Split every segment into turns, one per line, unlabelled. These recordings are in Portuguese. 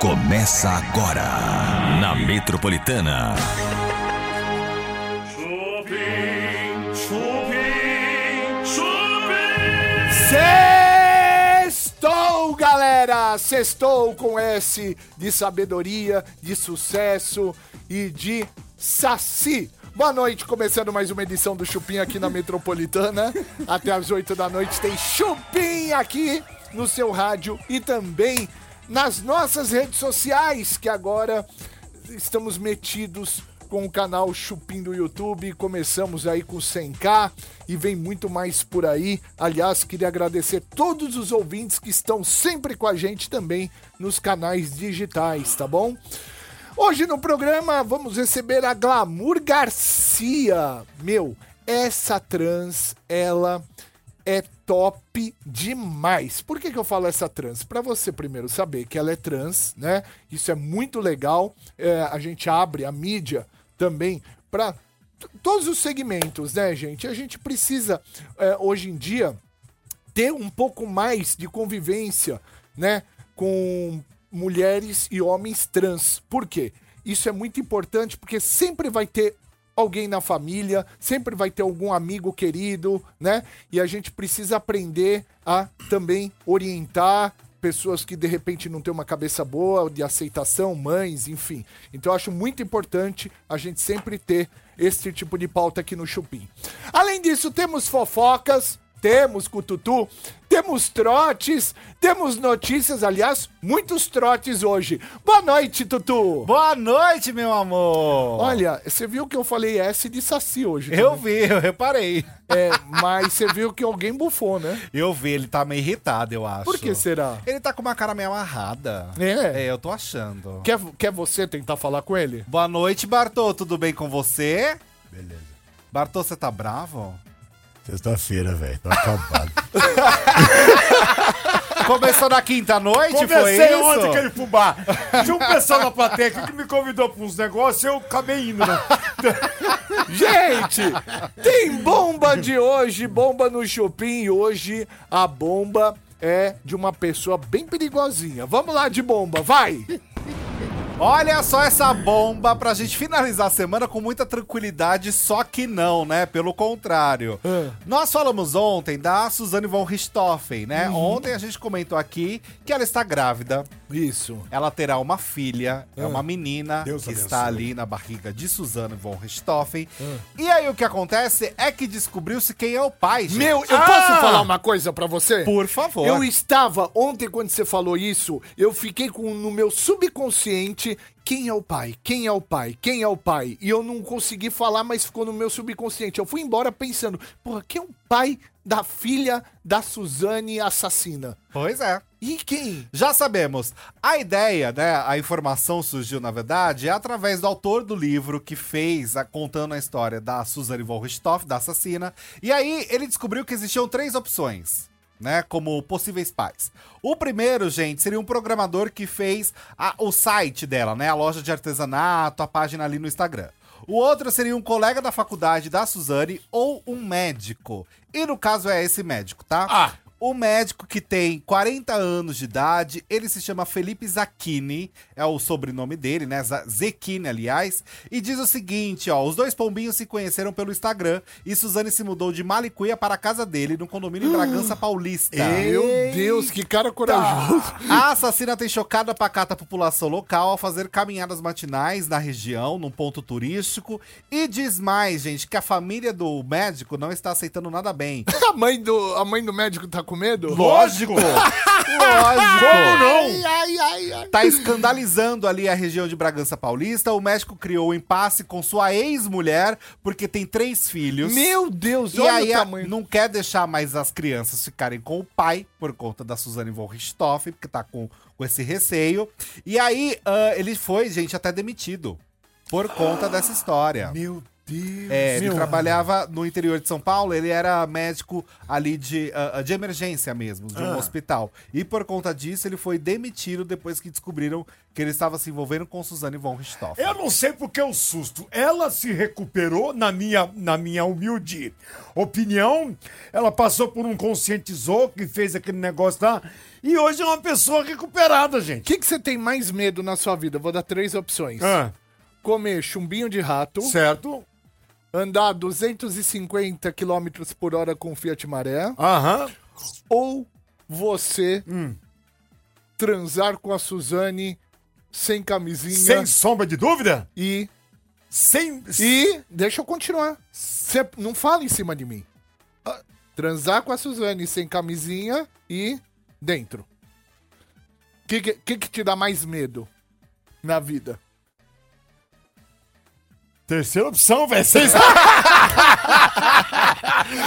Começa agora na Metropolitana.
Chupim, chupim, chupim.
Sextou, galera! Sextou com S de sabedoria, de sucesso e de saci. Boa noite, começando mais uma edição do Chupim aqui na Metropolitana. Até às 8 da noite tem Chupim aqui no seu rádio e também nas nossas redes sociais, que agora estamos metidos com o canal Chupim do YouTube. Começamos aí com 100k e vem muito mais por aí. Aliás, queria agradecer todos os ouvintes que estão sempre com a gente também nos canais digitais, tá bom? Hoje no programa vamos receber a Glamour Garcia. Meu, essa trans, ela é top demais. Por que, que eu falo essa trans? Para você primeiro saber que ela é trans, né? Isso é muito legal. É, a gente abre a mídia também para todos os segmentos, né, gente? A gente precisa é, hoje em dia ter um pouco mais de convivência, né, com mulheres e homens trans. Por quê? Isso é muito importante porque sempre vai ter alguém na família, sempre vai ter algum amigo querido, né? E a gente precisa aprender a também orientar pessoas que de repente não têm uma cabeça boa de aceitação, mães, enfim. Então eu acho muito importante a gente sempre ter esse tipo de pauta aqui no Chupim. Além disso, temos fofocas, temos cututu, temos trotes, temos notícias, aliás, muitos trotes hoje. Boa noite, Tutu!
Boa noite, meu amor!
Olha, você viu que eu falei S de saci hoje.
eu
também.
vi, eu reparei.
É, mas você viu que alguém bufou, né?
Eu vi, ele tá meio irritado, eu acho.
Por que será?
Ele tá com uma cara meio amarrada.
É.
eu tô achando.
Quer, quer você tentar falar com ele?
Boa noite, Bartô, tudo bem com você? Beleza. Bartô, você tá bravo?
Sexta-feira, velho. Tô acabado.
Começou na quinta-noite, foi
Comecei
isso?
ontem aquele fubá. Tinha um pessoal na plateia aqui que me convidou para uns negócios eu acabei indo. né?
Gente, tem bomba de hoje, bomba no Chupim. E hoje a bomba é de uma pessoa bem perigosinha. Vamos lá de bomba, vai!
Olha só essa bomba pra gente finalizar a semana com muita tranquilidade, só que não, né? Pelo contrário.
Ah.
Nós falamos ontem da Suzane von Richthofen, né?
Uhum.
Ontem a gente comentou aqui que ela está grávida.
Isso.
Ela terá uma filha, é uma menina
Deus
que
abençoe.
está ali na barriga de Suzane von Richthofen.
É.
E aí o que acontece é que descobriu-se quem é o pai. gente. Ah!
Meu, eu posso falar uma coisa pra você?
Por favor.
Eu estava, ontem quando você falou isso, eu fiquei com no meu subconsciente quem é o pai, quem é o pai, quem é o pai. E eu não consegui falar, mas ficou no meu subconsciente. Eu fui embora pensando, porra, quem é o pai da filha da Suzane assassina?
Pois é.
E quem?
Já sabemos. A ideia, né? A informação surgiu, na verdade, é através do autor do livro que fez, a, contando a história da Suzanne von Richthofen, da assassina. E aí ele descobriu que existiam três opções. Né, como possíveis pais. O primeiro, gente, seria um programador que fez a- o site dela, né? A loja de artesanato, a página ali no Instagram. O outro seria um colega da faculdade da Suzane ou um médico. E no caso é esse médico, tá?
Ah.
O médico que tem 40 anos de idade, ele se chama Felipe Zacchini, é o sobrenome dele, né? Za- Zecchini, aliás, e diz o seguinte, ó, os dois pombinhos se conheceram pelo Instagram e Suzane se mudou de Malicuia para a casa dele, no condomínio em Bragança Paulista.
Tá. Meu Deus, que cara corajoso.
A assassina tem chocado a pacata população local ao fazer caminhadas matinais na região, num ponto turístico. E diz mais, gente, que a família do médico não está aceitando nada bem.
A mãe do, a mãe do médico tá com medo?
Lógico! Lógico!
Ai, ai, ai, ai.
Tá escandalizando ali a região de Bragança Paulista. O médico criou um impasse com sua ex-mulher, porque tem três filhos.
Meu Deus,
E
olha
aí
o
a-
tamanho.
não quer deixar mais as crianças ficarem com o pai, por conta da Suzane von Richthofen, porque tá com, com esse receio. E aí ah, ele foi, gente, até demitido, por conta dessa história.
Meu Deus.
É, ele
meu
trabalhava no interior de São Paulo, ele era médico ali de, ah, ah, de emergência mesmo, de
Ah.
um hospital. E por conta disso, ele foi demitido depois que descobriram que ele estava se envolvendo com Suzane von Richthofen.
Eu não sei porque o susto. Ela se recuperou, na minha, na minha humilde opinião. Ela passou por um conscientizou que fez aquele negócio lá. E hoje é uma pessoa recuperada,
O
gente.
que, que você tem mais medo na sua vida? Eu Vou dar três opções.
Ah,
Comer chumbinho de rato,
certo?
andar 250 km por hora com Fiat Maré,
Aham.
ou você
Hum.
transar com a Suzane sem
Sem
camisinha
sombra de dúvida?
e...
Sem.
E, deixa eu continuar. Você não fala em cima de mim. Ah, Transar com a Suzane sem camisinha e dentro. O que, que, que que te dá mais medo na vida?
Terceira opção, velho. Sem...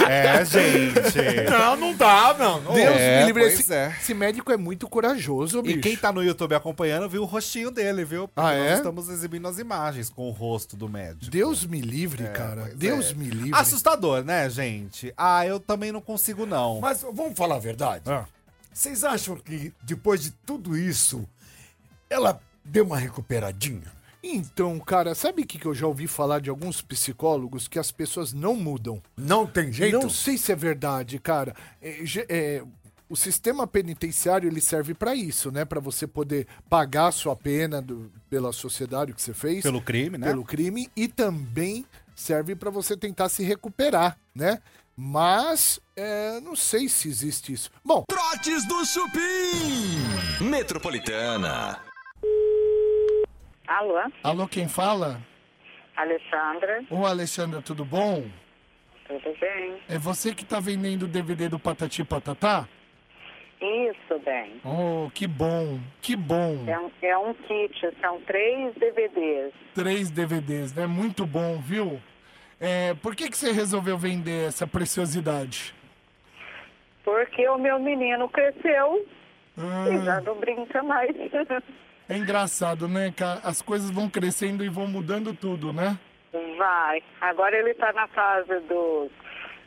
É, gente.
não, não dá, não.
Deus me livre.
pois
Esse,
Oh, é.
esse médico é muito corajoso, bicho.
E quem tá no YouTube acompanhando viu o rostinho dele, viu? Porque
Ah,
nós
é?
estamos exibindo as imagens com o rosto do médico.
Deus me livre,
É,
cara. Deus me livre.
Assustador, né, gente? Ah, eu também não consigo, não.
Mas vamos falar a verdade? Vocês acham que depois de tudo isso, ela deu uma recuperadinha?
Então, cara, sabe o que, que eu já ouvi falar de alguns psicólogos? Que as pessoas não mudam.
Não tem jeito?
Não sei se é verdade, cara. É, ge- é, o sistema penitenciário ele serve pra isso, né? Pra você poder pagar a sua pena do- pela sociedade o que você fez,
Pelo crime, né?
pelo crime, e também serve pra você tentar se recuperar, né? Mas é, não sei se existe isso. Bom,
Trotes do Chupim. Metropolitana.
Alô,
alô, quem fala?
Alessandra,
Ô, Alexandra, tudo bom?
tudo bem?
É você que tá vendendo o DVD do Patati Patatá?
Isso, bem.
Oh, que bom, que bom.
É um, é um kit, são três DVDs.
três DVDs, né? Muito bom, viu? É, por que, que você resolveu vender essa preciosidade?
Porque o meu menino cresceu
Ah.
e já não brinca mais.
É engraçado, né? Que a- as coisas vão crescendo e vão mudando tudo, né?
Vai. Agora ele tá na fase dos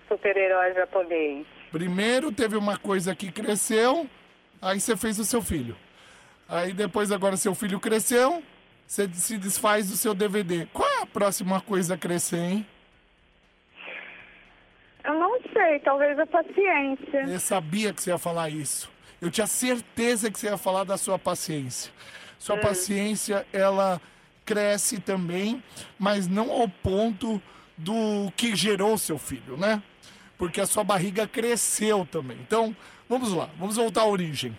super-heróis japonês.
Primeiro teve uma coisa que cresceu, aí você fez o seu filho. Aí depois agora seu filho cresceu, você se desfaz do seu DVD. Qual é a próxima coisa a crescer, hein?
Eu não sei, talvez a paciência.
Eu sabia que você ia falar isso. Eu tinha certeza que você ia falar da sua paciência. Sua paciência, ela cresce também, mas não ao ponto do que gerou seu filho, né? Porque a sua barriga cresceu também. Então, vamos lá, vamos voltar à origem.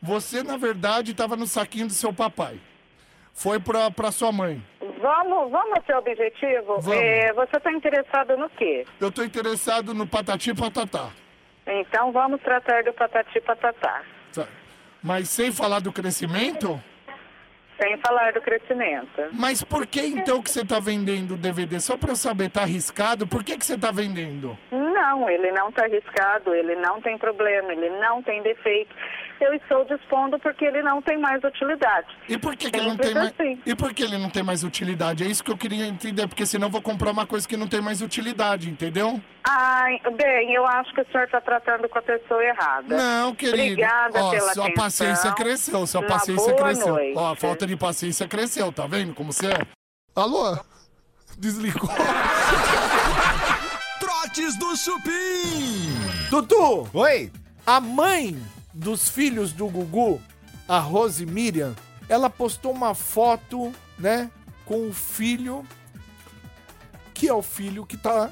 Você, na verdade, estava no saquinho do seu papai. Foi pra, pra sua mãe.
Vamos, vamos ao seu objetivo?
Vamos.
É, você tá interessado no quê?
Eu tô interessado no patati e patatá.
Então vamos tratar do patati patatá.
tá? Mas sem falar do crescimento?
Sem falar do crescimento.
Mas por que então que você tá vendendo o DVD? Só pra eu saber, tá arriscado? Por que que você tá vendendo?
Não, ele não está arriscado, ele não tem problema, ele não tem defeito. Eu estou dispondo porque ele não tem mais utilidade.
E por que, que ele não
Simples
tem mais
assim.
E por que ele não tem mais utilidade? É isso que eu queria entender, porque senão eu vou comprar uma coisa que não tem mais utilidade, entendeu?
Ai, bem, eu acho que o senhor está tratando com a pessoa errada.
Não, querido.
É. Obrigada
Ó,
pela
sua
atenção.
paciência cresceu, sua
Uma
paciência
boa
cresceu.
noite.
Ó, a falta de paciência cresceu, tá vendo como você é? Alô? Desligou.
Trotes do Chupim.
Dudu,
Oi?
a mãe dos filhos do Gugu, a Rose Miriam, ela postou uma foto, né, com o filho, que é o filho que tá.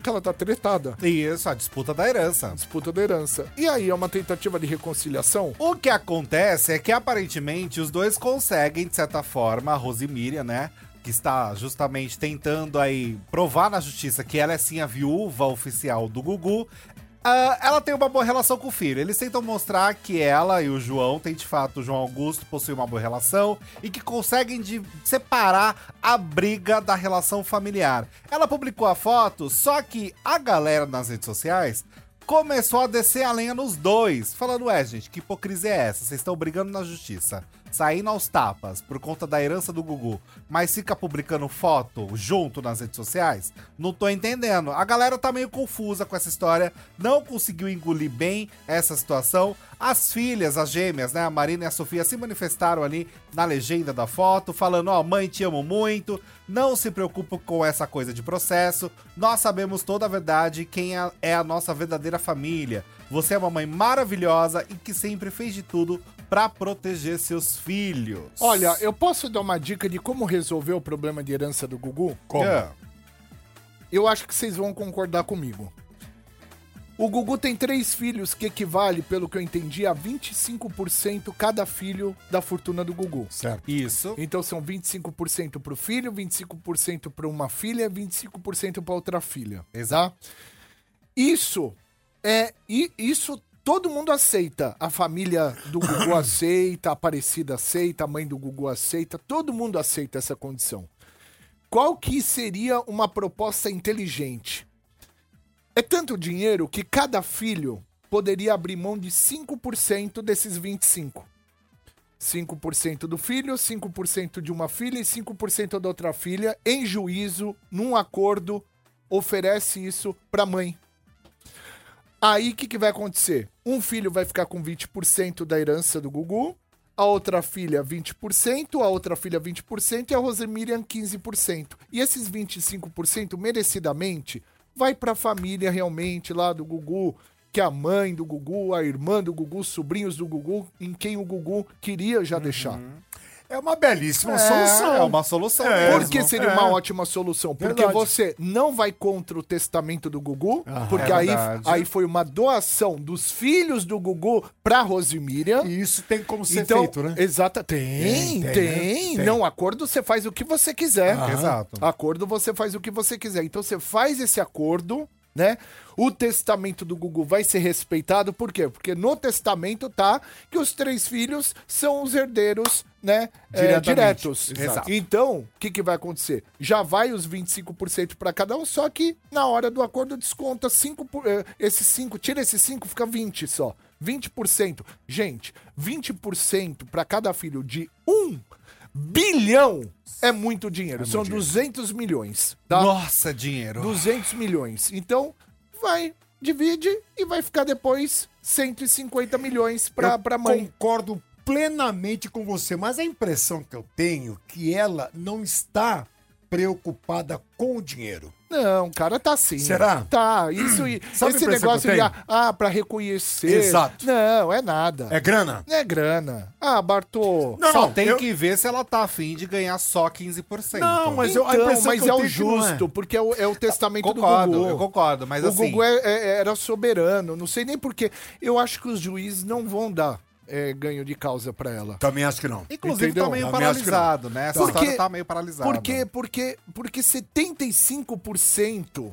que ela tá tretada.
Isso, a disputa da herança.
Disputa da herança. E aí, é uma tentativa de reconciliação?
O que acontece é que aparentemente os dois conseguem, de certa forma, a Rosimíria, né? Que está justamente tentando aí provar na justiça que ela é sim a viúva oficial do Gugu. ah, ela tem uma boa relação com o filho. Eles tentam mostrar que ela e o João têm, de fato, o João Augusto possui uma boa relação e que conseguem de separar a briga da relação familiar. Ela publicou a foto, só que a galera nas redes sociais começou a descer a lenha nos dois, falando: Ué, gente, que hipocrisia é essa? Vocês estão brigando na justiça. saindo aos tapas por conta da herança do Gugu, mas fica publicando foto junto nas redes sociais, não tô entendendo. A galera tá meio confusa com essa história, não conseguiu engolir bem essa situação. As filhas, as gêmeas, né, a Marina e a Sofia se manifestaram ali na legenda da foto, falando: "Ó, mãe, te amo muito, não se preocupe com essa coisa de processo. Nós sabemos toda a verdade, quem é- é a nossa verdadeira família. Você é uma mãe maravilhosa e que sempre fez de tudo pra proteger seus filhos."
Olha, eu posso dar uma dica de como resolver o problema de herança do Gugu? É.
como?
Eu acho que vocês vão concordar comigo. O Gugu tem três filhos, que equivale, pelo que eu entendi, a 25% cada filho da fortuna do Gugu.
Isso.
Então são 25% pro filho, 25% pra uma filha, 25% pra outra filha.
Exato.
Isso é e isso todo mundo aceita. A família do Gugu aceita, a Aparecida aceita, a mãe do Gugu aceita, todo mundo aceita essa condição. Qual que seria uma proposta inteligente? É tanto dinheiro que cada filho poderia abrir mão de 5% desses 25. 5% do filho, 5% de uma filha e 5% da outra filha, em juízo, num acordo, oferece isso pra mãe. Aí o que, que vai acontecer? Um filho vai ficar com 20% da herança do Gugu, a outra filha 20%, a outra filha 20% e a Rosemiriam 15%. E esses 25%, merecidamente, vai pra família realmente lá do Gugu, que é a mãe do Gugu, a irmã do Gugu, sobrinhos do Gugu, em quem o Gugu queria
Uhum.
já deixar.
É uma belíssima
É,
solução.
é uma solução.
É.
mesmo.
Por que seria
É.
uma ótima solução? Porque
Verdade. Ah,
você não vai contra o testamento do Gugu, porque
é
aí,
verdade.
aí foi uma doação dos filhos do Gugu pra Rosemíria.
E isso tem como ser
então,
feito, né?
Exata, tem,
Tem, tem,
tem,
né? Tem.
Não, acordo você faz o que você quiser.
Aham. Exato.
Acordo você faz o que você quiser. Então você faz esse acordo, né? O testamento do Gugu vai ser respeitado, por quê? Porque no testamento tá que os três filhos são os herdeiros, né? é,
Diretamente.
diretos.
Exato.
Então, o que, que vai acontecer? Já vai os 25% pra cada um, só que na hora do acordo desconta 5, por- eh, esses 5, tira esses 5, fica 20 só. 20%. Gente, 20% pra cada filho de 1 bilhão é muito dinheiro. São 200 milhões, tá?
Nossa, dinheiro.
200 milhões. Então, vai, divide e vai ficar depois 150 milhões pra,
Eu
pra mãe.
Concordo plenamente com você, mas a impressão que eu tenho é que ela não está preocupada com o dinheiro.
Não, cara, tá sim.
Será? Hum.
Tá, isso e
Sabe a
esse
impressão que
negócio
eu
de
tenho?
ah, ah, pra reconhecer.
Exato.
Não, é nada.
É grana?
Não é grana. Ah, Bartô.
Não,
Só
não,
tem
eu-
que ver se ela tá afim de ganhar só 15%.
Não, mas eu- a
então,
impressão
mas
que eu
é o
tenho que não é.
justo, porque é o, é o testamento
concordo,
do Gugu.
eu concordo, mas
o
assim-
Gugu é- é- era soberano, não sei nem porquê. Eu acho que os juízes não vão dar é, ganho de causa pra ela.
Também acho que não.
Inclusive
Entendeu?
tá meio
Não, me acho que não.
paralisado, né? Essa história tá meio paralisada.
Porque, porque, porque 75%,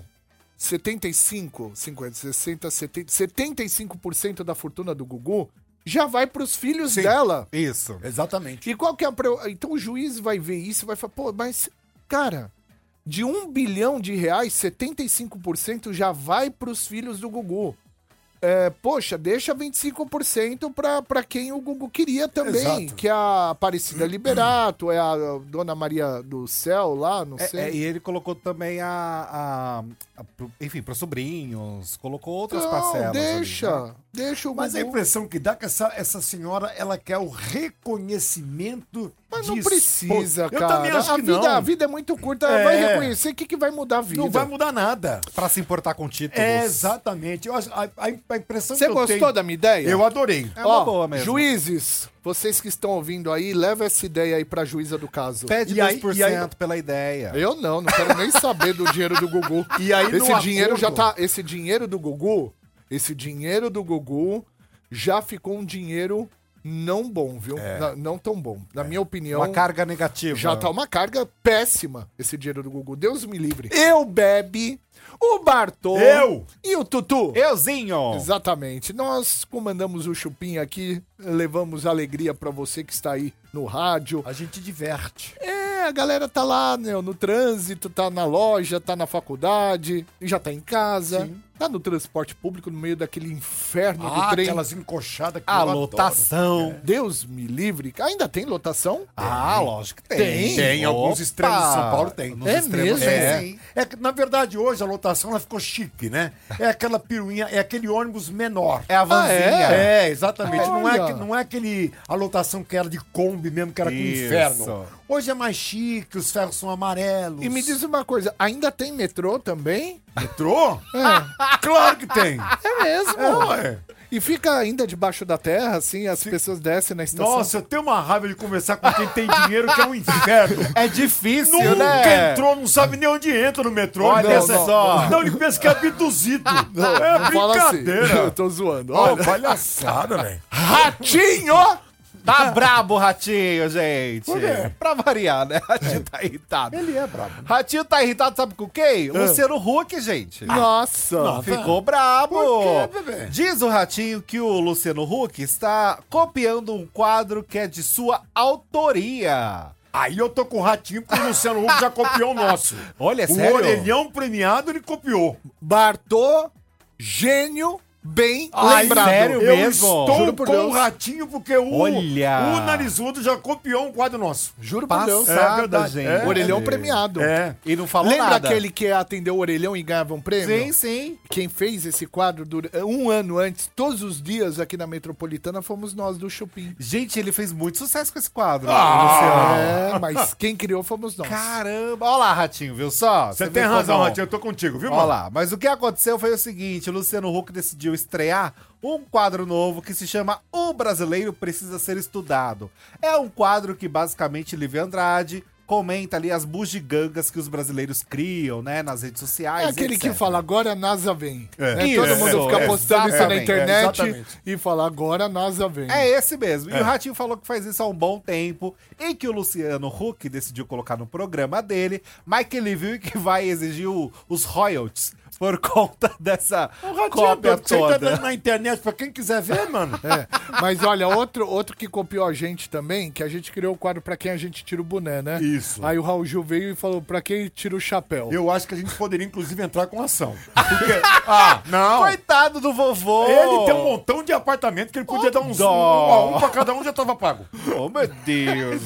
75, 50, 60, 70, 75% da fortuna do Gugu já vai pros filhos dela.
Isso.
Exatamente.
E qual que é a... pro- Então o juiz vai ver isso e vai falar, pô, mas, cara, de um bilhão de reais, 75% já vai pros filhos do Gugu. É, poxa, deixa 25% pra, pra quem o Gugu queria também,
Exato.
que é a Aparecida Liberato, é a Dona Maria do Céu lá, não
É,
sei.
é, e ele colocou também a. a- a- pro- enfim, pros sobrinhos, colocou outras
Não,
parcelas. ali,
deixa,
né?
deixa o Gugu.
Mas a impressão que dá é que essa, essa senhora, ela quer o reconhecimento
Mas
de
não
esposa.
precisa, cara.
Eu também acho
a,
que
vida,
não.
a vida é muito curta,
É.
vai reconhecer, o que, que vai mudar a vida?
Não vai mudar nada.
Tá
Pra se importar com títulos.
É, exatamente. Eu acho, a, a- a impressão
Você
que eu
gostou
tenho...
da minha ideia?
Eu adorei.
É uma
Ó,
boa mesmo.
juízes, vocês que estão ouvindo aí, leva essa ideia aí pra juíza do caso.
Pede
E aí-
2%
e aí-
pela ideia.
Eu não, não quero nem saber do dinheiro do Gugu.
E aí, no
esse dinheiro
acordo-
já tá, esse dinheiro do Gugu, esse dinheiro do Gugu já ficou um dinheiro não bom, viu? Na- não tão bom. Na minha opinião,
Uma carga negativa.
já tá uma carga péssima esse dinheiro do Gugu. Deus me livre. Eu bebe, o Bartô
Eu!
e o Tutu.
Euzinho!
Exatamente. Nós comandamos o Chupim aqui, levamos alegria pra você que está aí no rádio.
A gente diverte.
É, a galera tá lá né, no trânsito, tá na loja, tá na faculdade, já tá em casa. Tá no transporte público, no meio daquele inferno
Ah,
do trem.
aquelas É. encoxadas que
A
eu
tá
lotação.
Deus me livre. Ainda tem lotação?
Ah, lógico que tem.
Tem.
Tem, alguns extremos de São Paulo tem.
Nos
É
extremos
mesmo?
tem,
É.
sim.
É que, na verdade, hoje a lotação ela ficou chique, né? É aquela piruinha, é aquele ônibus menor.
É a vanzinha.
É, exatamente. Não é,
Olha.
que- não é aquele. A lotação que era de Kombi mesmo, que era com
Isso.
inferno. Hoje é mais chique, os ferros são amarelos.
E me diz uma coisa, ainda tem metrô também?
Metrô? Claro que tem.
É mesmo.
Ué.
E fica ainda debaixo da terra, assim, as pessoas descem na
Tá
estação.
Nossa, eu tenho uma raiva de conversar com quem tem dinheiro, que é um inferno.
É difícil,
Nunca
né?
entrou, não sabe nem onde entra no metrô.
Olha
Ele pensa-
só.
Não, ele pensa que é abduzido. é
Não fala assim.
brincadeira.
Eu tô zoando.
Ó,
Olha.
palhaçada, velho.
Ratinho!
Tá brabo, Ratinho, gente. Por quê? Pra variar, né? Ratinho tá irritado. Ele é brabo. Ratinho tá irritado, sabe com quem? Luciano Huck, gente.
Ah, Nossa!
Não, ficou brabo.
Por quê, bebê?
Diz o Ratinho que o Luciano Huck está copiando um quadro que é de sua autoria.
Aí eu tô com o ratinho, porque o Luciano Huck já copiou o nosso.
Olha, é
o
sério?
orelhão premiado, ele copiou.
Bartô, gênio, bem
Ai,
lembrado.
sério
eu
mesmo?
estou
Juro
com
por
o
Deus.
ratinho, porque o,
Olha.
o narizudo já copiou um quadro nosso.
Juro por Deus.
é
Passada,
verdade.
gente.
É.
Orelhão premiado.
É.
E não falou
Lembra
nada.
aquele que atendeu o orelhão e ganhava um prêmio?
Sim, sim.
Quem fez esse quadro dura- um ano antes, todos os dias aqui na Metropolitana, fomos nós do Chupim.
Gente, ele fez muito sucesso com esse quadro. Luciano. É,
É, mas quem criou fomos nós.
Caramba. Olha lá, Ratinho, viu só?
Você
vê
tem razão,
como- é
ratinho, eu tô contigo, viu,
Olha lá, mas o que aconteceu foi o seguinte: o Luciano Huck decidiu estrear um quadro novo que se chama O Brasileiro Precisa Ser Estudado. É um quadro que basicamente Livre Andrade comenta ali as bugigangas que os brasileiros criam, né, nas redes
É
sociais.
aquele que
etc.
fala, agora a NASA vem.
É.
Né,
Isso,
todo mundo fica postando isso na
exatamente,
internet
exatamente.
e fala, agora a NASA vem.
É esse mesmo. E o Ratinho falou que faz isso há um bom tempo e que o Luciano Huck decidiu colocar no programa dele, mas que ele viu que vai exigir o- os royalties por conta dessa
O ratinho é
cópia
doido, você tá
toda.
dando na internet pra quem quiser ver, mano.
É, Mas olha, outro, outro que copiou a gente também, que a gente criou o quadro pra quem a gente tira o boné, né?
Isso.
Aí o Raul Gil veio e falou, pra quem tira o chapéu?
Eu acho que a gente poderia, inclusive, entrar com ação. Porque, ah, não.
Coitado do
Oh.
vovô!
Ele tem um montão de apartamento que ele podia dar uns um,
dó.
a um pra cada um, já tava pago.
Oh, meu Deus!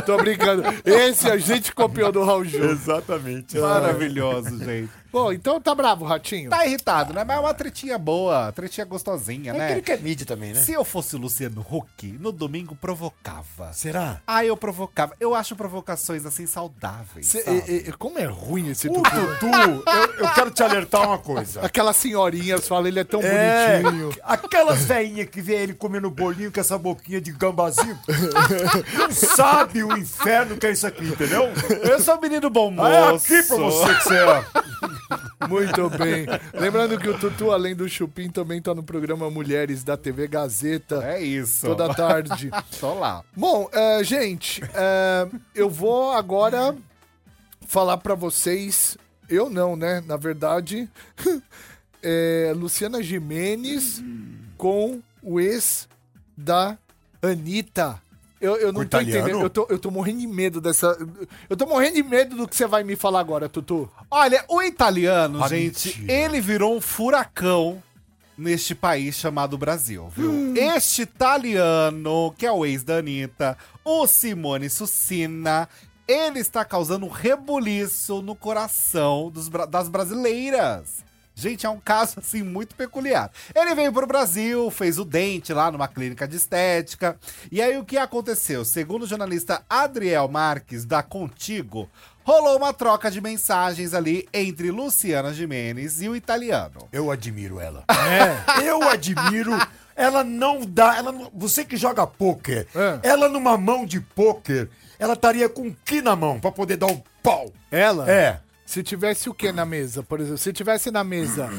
Tô brincando. Esse a gente copiou do Raul Gil.
Exatamente.
Maravilhoso, gente.
Bom, então tá bravo, Ratinho.
Tá irritado, né? Mas é uma tretinha boa, tretinha gostosinha,
É aquele
né?
que é mídia também, né?
Se eu fosse Luciano Huck, no domingo provocava.
Será?
Ah, eu provocava. Eu acho provocações assim saudáveis.
Cê-
sabe?
e- e- como é ruim esse tá?
O
Dudu.
Dudu, eu, eu quero te alertar uma coisa.
Aquela senhorinha fala, ele é tão bonitinho.
aquelas veinhas que vê ele comendo bolinho com essa boquinha de gambazinho. Não sabe o inferno que é isso aqui, entendeu?
Eu sou um menino bom moço.
É aqui pra você que você é.
Muito bem. Lembrando que o Tutu, além do Chupim, também tá no programa Mulheres da TV Gazeta.
É isso.
Toda tarde.
Só lá.
Bom, eh, gente, eh, eu vou agora falar pra vocês. Eu não, né? Na verdade, eh, Luciana Jimenez com o ex da Anitta. Eu, eu não tô
italiano?
entendendo. Eu tô, eu tô morrendo de medo dessa. Eu tô morrendo de medo do que você vai me falar agora, Tutu.
Olha, o italiano,
Ah,
gente,
mentira.
ele virou um furacão neste país chamado Brasil, viu?
Hum.
Este italiano, que é o ex da Anitta, o Simone Sucina, ele está causando um rebuliço no coração dos bra- das brasileiras. Gente, é um caso, assim, muito peculiar. Ele veio pro Brasil, fez o dente lá numa clínica de estética. E aí, o que aconteceu? Segundo o jornalista Adriel Marques, da Contigo, rolou uma troca de mensagens ali entre Luciana Jimenez e o italiano.
Eu admiro ela. É, eu admiro. Ela não dá. Ela não- você que joga pôquer,
É.
ela numa mão de pôquer, ela estaria com o que na mão pra poder dar um pau?
Ela?
É.
Se tivesse o que na mesa, por exemplo? Se tivesse na mesa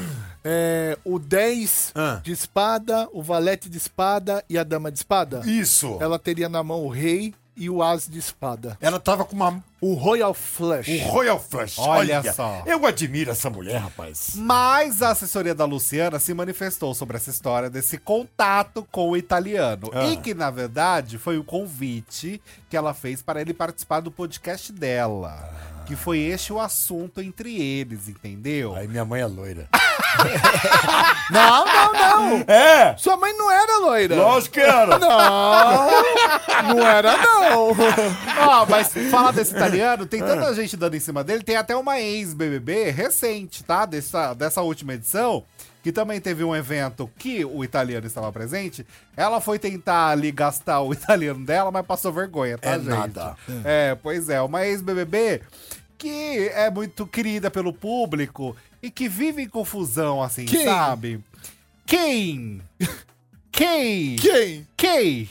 eh, o 10
Ah.
de espada, o valete de espada e a dama de espada,
Isso.
ela teria na mão o rei e o as de espada.
Ela tava com uma,
O Royal Flush.
o Royal Flush.
Olha só.
Eu admiro essa mulher, rapaz.
Mas a assessoria da Luciana se manifestou sobre essa história desse contato com o italiano. E que, na verdade, foi o convite que ela fez para ele participar do podcast dela. Que foi este o assunto entre eles, entendeu?
Aí minha mãe é loira.
Não, não, não.
É!
Sua mãe não era loira.
Lógico que era!
Não, não era não. Ah.
Ó, mas falar desse italiano, tem tanta gente dando em cima dele, tem até uma ex-BBB recente, tá? Dessa, dessa última edição, que também teve um evento que o italiano estava presente. Ela foi tentar ali gastar o italiano dela, mas passou vergonha, tá,
É
gente?
nada.
É, pois é, uma ex-BBB que é muito querida pelo público e que vive em confusão, assim,
Quem?
sabe? Quem? Quem?
Quem?
Quem?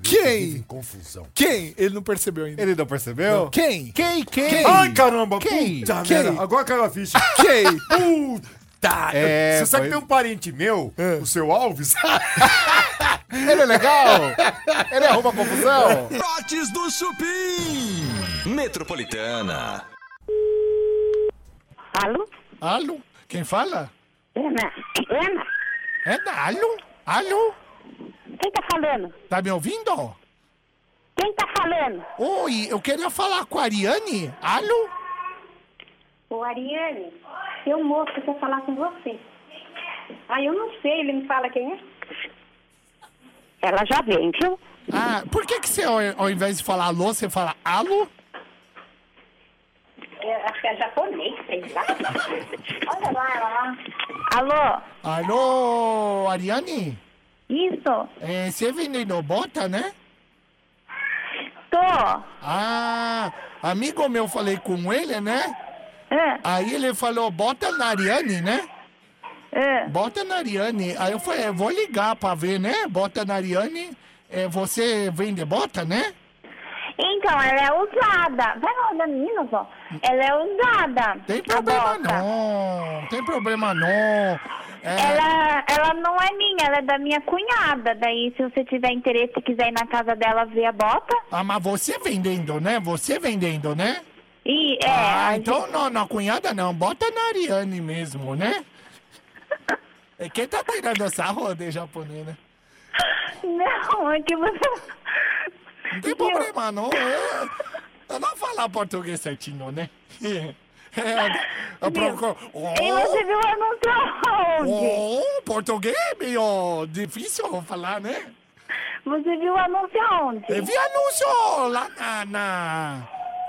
Quem?
Quem? Confusão.
Quem? Ele não percebeu ainda.
Ele não percebeu?
Quem?
Quem? Quem?
Quem?
Ai, caramba!
Quem?
Puta
Quem?
merda! Agora caiu a ficha.
Quem?
Puta!
É,
Você sabe
foi-
que tem um parente meu,
É.
o seu Alves?
Ele é legal? Ele arruma confusão?
Trotes do Chupim. Metropolitana.
Alô?
Alô? Quem fala?
Ana? Ana?
É da Alô? Alô?
Quem tá falando?
Tá me ouvindo?
Quem tá falando?
Oi, eu queria falar com a Ariane. Alô?
O Ariane, seu moço quer falar com você. Ah, eu não sei, ele me fala quem é. Ela já vem, viu?
Ah, por que que você, ao, ao invés de falar alô, você fala alô?
É, acho que é japonês, sei lá. Olha lá, ela lá. Alô?
Alô, Ariane?
Isso?
É, você vendendo bota, né?
Tô.
Ah, amigo meu, falei com ele, né?
É,
Aí ele falou, bota na Ariane, né?
é.
Bota na Ariane. Aí eu falei, é, vou ligar pra ver, né? Bota na Ariane. É, você vende bota, né?
Então, ela é usada. Vai lá, da menina, vó. Ela é usada.
Tem
a
problema
Tá bota.
não, né? tem problema não. É,
Ela, ela não é minha, ela é da minha cunhada. Daí, se você tiver interesse e quiser ir na casa dela ver a bota,
ah, mas você vendendo, né? Você vendendo, né?
e é.
Ah,
a
então não, na cunhada não. Bota na Ariane mesmo, né? É quem tá tirando sarro de japonês, né?
Não, é que você.
Não tem problema, não. Eu, eu não falar português certinho, né? É, eu procuro.
E você viu eu não
Oh,
sei onde?
oh, português é meio difícil falar, né?
Você viu o anúncio
é
aonde?
Eu É, vi anúncio lá na. na,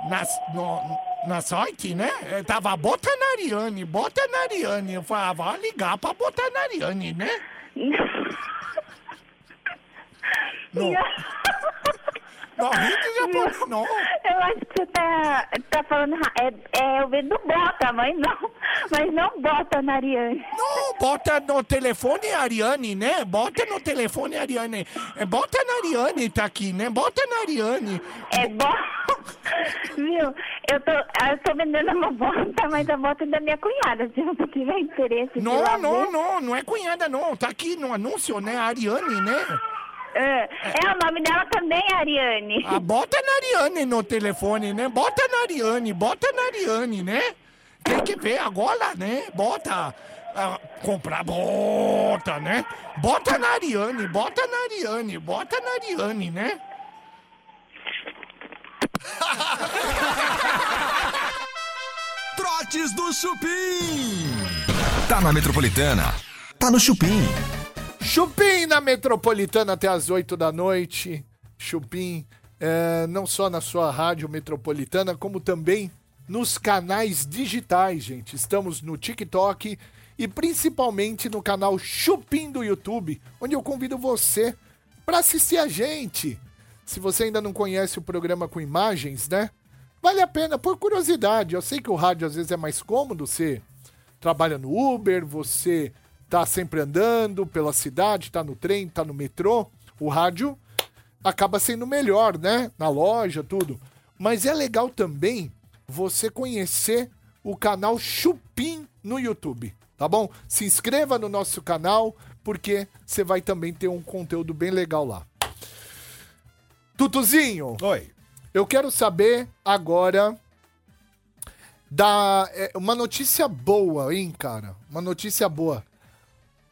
nas- no- na sorte, né? Eu tava bota na Ariane, bota na Ariane. Eu falava, "Ah, vou ligar pra botar na Ariane, né? Não, não ri de japonês, não.
Eu acho que você tá, tá falando. ra- É, é o vendo bota, mas não. Mas não bota na Ariane.
Não, bota no telefone Ariane, né? Bota no telefone Ariane. É, Bota na Ariane, tá aqui, né? Bota na Ariane.
É bota. Viu? Eu tô, eu tô vendendo uma bota, mas a bota é da minha cunhada. Se você tiver interesse. de ir
Não,
lá
não,
ver.
não, não é cunhada, não. Tá aqui no anúncio, né? Ariane, né?
É, é, o nome dela também é Ariane.
Ah, bota na Ariane no telefone, né? Bota na Ariane, bota na Ariane, né? Tem que ver agora, né? Bota. ah, comprar bota, né? Bota na Ariane, bota na Ariane, bota na Ariane, né?
Trotes do Chupim. Tá na Metropolitana. Tá no Chupim.
Chupim na Metropolitana até as 8 da noite. Chupim, é, não só na sua rádio metropolitana, como também nos canais digitais, gente. Estamos no TikTok e principalmente no canal Chupim do YouTube, onde eu convido você para assistir a gente. Se você ainda não conhece o programa com imagens, né? Vale a pena, por curiosidade. Eu sei que o rádio às vezes é mais cômodo ser trabalha no Uber, você tá sempre andando pela cidade, tá no trem, tá no metrô, o rádio acaba sendo melhor, né? Na loja, tudo. Mas é legal também você conhecer o canal Chupim no YouTube, tá bom? Se inscreva no nosso canal, porque você vai também ter um conteúdo bem legal lá. Tutuzinho,
Oi.
eu quero saber agora da é, uma notícia boa, hein, cara? Uma notícia boa.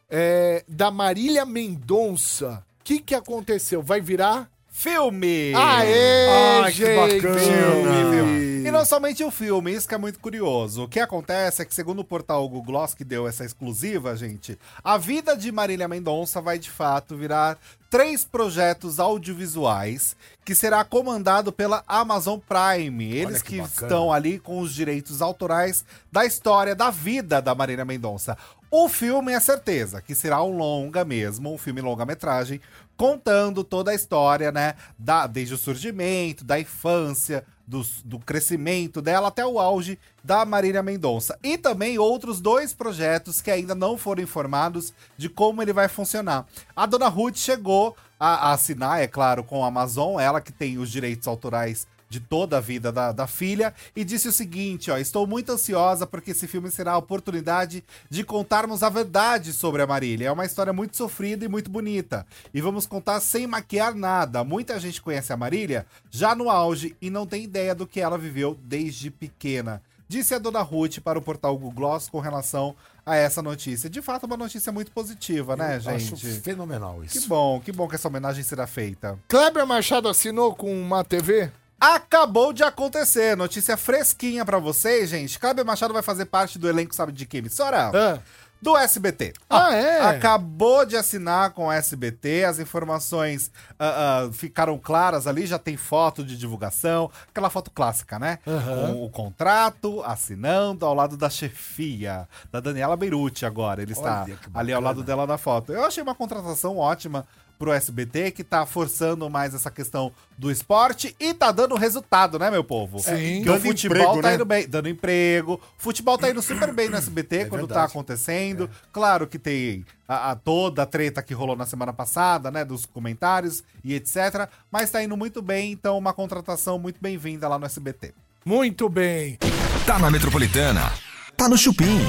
É, da Marília Mendonça. O que, que aconteceu? Vai virar?
Filme!
Aê,
Ai, que
gente!
bacana.
Filme, filme. E não somente o filme, isso que é muito curioso. O que acontece é que, segundo o portal Google Gloss, que deu essa exclusiva, gente, a vida de Marília Mendonça vai de fato virar três projetos audiovisuais que será comandado pela Amazon Prime. Eles que, estão ali com os direitos autorais da história, da vida da Marília Mendonça. O filme é certeza que será um longa mesmo, um filme longa-metragem, contando toda a história, né? Da, desde o surgimento, da infância, do, do crescimento dela até o auge da Marília Mendonça. E também outros dois projetos que ainda não foram informados de como ele vai funcionar. A Dona Ruth chegou a, a assinar, é claro, com a Amazon, ela que tem os direitos autorais de toda a vida da, da filha e disse o seguinte, ó, estou muito ansiosa porque esse filme será a oportunidade de contarmos a verdade sobre a Marília. É uma história muito sofrida e muito bonita. E vamos contar sem maquiar nada. Muita gente conhece a Marília já no auge e não tem ideia do que ela viveu desde pequena. Disse a dona Ruth para o portal Google Gloss com relação a essa notícia. De fato, é uma notícia muito positiva, né,
Acho
gente?
fenomenal
Que
isso.
bom, que bom que essa homenagem será feita.
Kleber Machado assinou com uma TV?
Acabou de acontecer. Notícia fresquinha pra vocês, gente. Kleber Machado vai fazer parte do elenco, sabe de que emissora?
Ah.
Do SBT.
Ah, é?
Acabou de assinar com o SBT, as informações ah, ah, ficaram claras ali, já tem foto de divulgação, aquela foto clássica, né? Com o contrato, assinando ao lado da chefia, da Daniela Beirute agora. Ele está
Olha que
ali ao lado dela na foto. Eu achei uma contratação ótima pro SBT, que tá forçando mais essa questão do esporte e tá dando resultado, né, meu povo?
Sim.
Que o
Dando
futebol
emprego,
tá
né? É.
indo bem, dando emprego. Futebol tá indo super bem no SBT quando tá
verdade.
acontecendo. Claro que tem a, a toda a treta que rolou na semana passada, né, dos comentários e etc, mas tá indo muito bem, então uma contratação muito bem-vinda lá no SBT.
Muito bem.
Tá na Metropolitana. Tá no Chupim.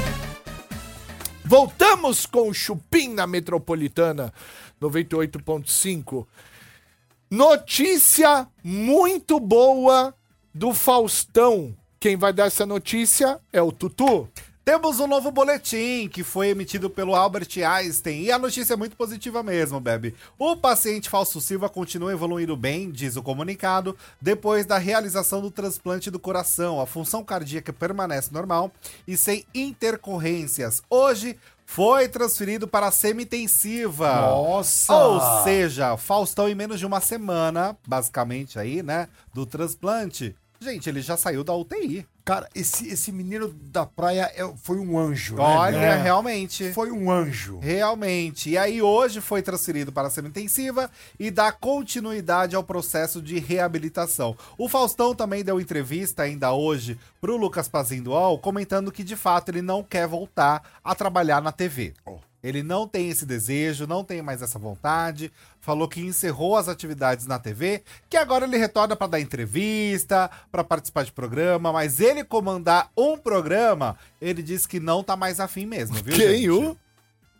Voltamos com o Chupim na Metropolitana 98.5. Notícia muito boa do Faustão. Quem vai dar essa notícia é o Tutu.
Temos um novo boletim que foi emitido pelo Albert Einstein e a notícia é muito positiva mesmo, Bebe. O paciente Falso Silva continua evoluindo bem, diz o comunicado, depois da realização do transplante do coração. A função cardíaca permanece normal e sem intercorrências. Hoje foi transferido para a semi-intensiva.
Nossa!
Ou seja, Faustão em menos de uma semana, basicamente aí, né, do transplante. Gente, ele já saiu da UTI.
Cara, esse, esse menino da praia é- foi um anjo,
Olha,
é
né? meu?
realmente.
Foi um anjo.
Tipo.
Realmente. E aí, hoje foi transferido para a semi-intensiva e dá continuidade ao processo de reabilitação. O Faustão também deu entrevista ainda hoje pro Lucas Pazindual, comentando que de fato ele não quer voltar a trabalhar na TV.
Oh.
Ele não tem esse desejo, não tem mais essa vontade. Falou que encerrou as atividades na TV, que agora ele retorna para dar entrevista, para participar de programa, mas ele comandar um programa, ele disse que não tá mais afim mesmo, viu?
Quem,
gente?
o?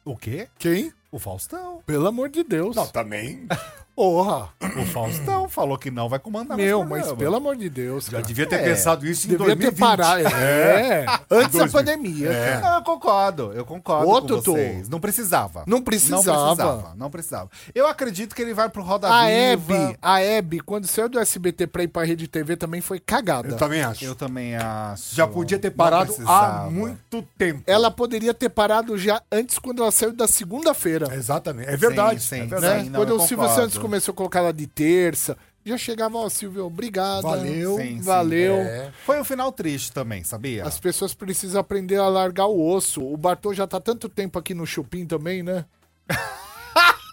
O quê?
Quem?
O Faustão.
Pelo amor de Deus.
Não, também.
Porra.
O Faustão falou que não vai comandar mais
Meu,
programa.
mas pelo amor de Deus.
Já
cara.
devia ter
É.
pensado isso em
Devia
2020.
ter parado. É. Antes da
2000.
pandemia. É. cara.
É. Eu concordo, eu concordo
Ô,
com
Tutu.
vocês. Não precisava.
Não precisava.
Não precisava, não precisava. Eu acredito que ele vai pro Roda
A
Viva.
Hebe, a Hebe, quando saiu do SBT pra ir pra Rede TV, também foi cagada.
Eu também acho.
Eu também acho.
Já podia ter
Não
parado há
precisava.
muito tempo.
Ela poderia ter parado já antes quando ela saiu da segunda-feira.
Exatamente. É verdade.
Sim,
é
sim,
né?
verdade.
não,
Quando
eu
o Silvio
concordo.
Santos começou a colocar ela de terça, já chegava, ó, Silvio, obrigado.
Valeu.
Sim, sim.
valeu.
É.
Foi um final triste também, sabia?
As pessoas precisam aprender a largar o osso. O Bartô já tá tanto tempo aqui no Chupim também, né?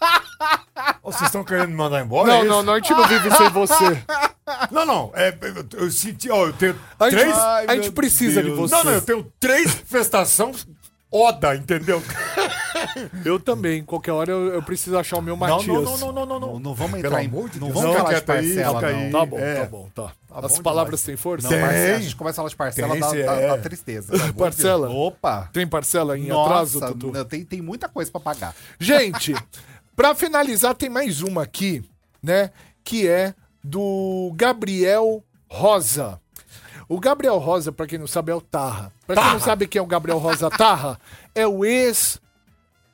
Vocês estão querendo me mandar embora? é
não,
isso?
não, não, a gente não vive sem você.
Não, não. É, eu- eu senti. Ó, eu tenho
A gente,
três.
a gente
meu
precisa de
Deus.
você.
Não, não, eu tenho três prestações oda, entendeu?
Eu também. Qualquer hora eu, eu preciso achar o meu Matias.
não, não,
Não, não vamos
Pelo
entrar em.
amor de
não
Deus.
vamos
Não,
falar de
fica aí,
parcela,
fica aí.
não.
Tá bom,
É.
tá bom, tá. As
bom
palavras têm força?
Não,
Tem.
parcela, a gente começa a falar de parcela
Tem,
da,
cê
da-
é.
da tristeza. Pelo amor de Deus.
Parcela?
Opa!
Tem parcela em
Nossa,
atraso, Tutu?
não, tem, tem muita coisa pra pagar.
Gente, pra finalizar, tem mais uma aqui, né? Que é do Gabriel Rosa. O Gabriel Rosa, pra quem não sabe, é o Tarra. Pra quem não
é
sabe quem é o Gabriel Rosa Tarra, é o ex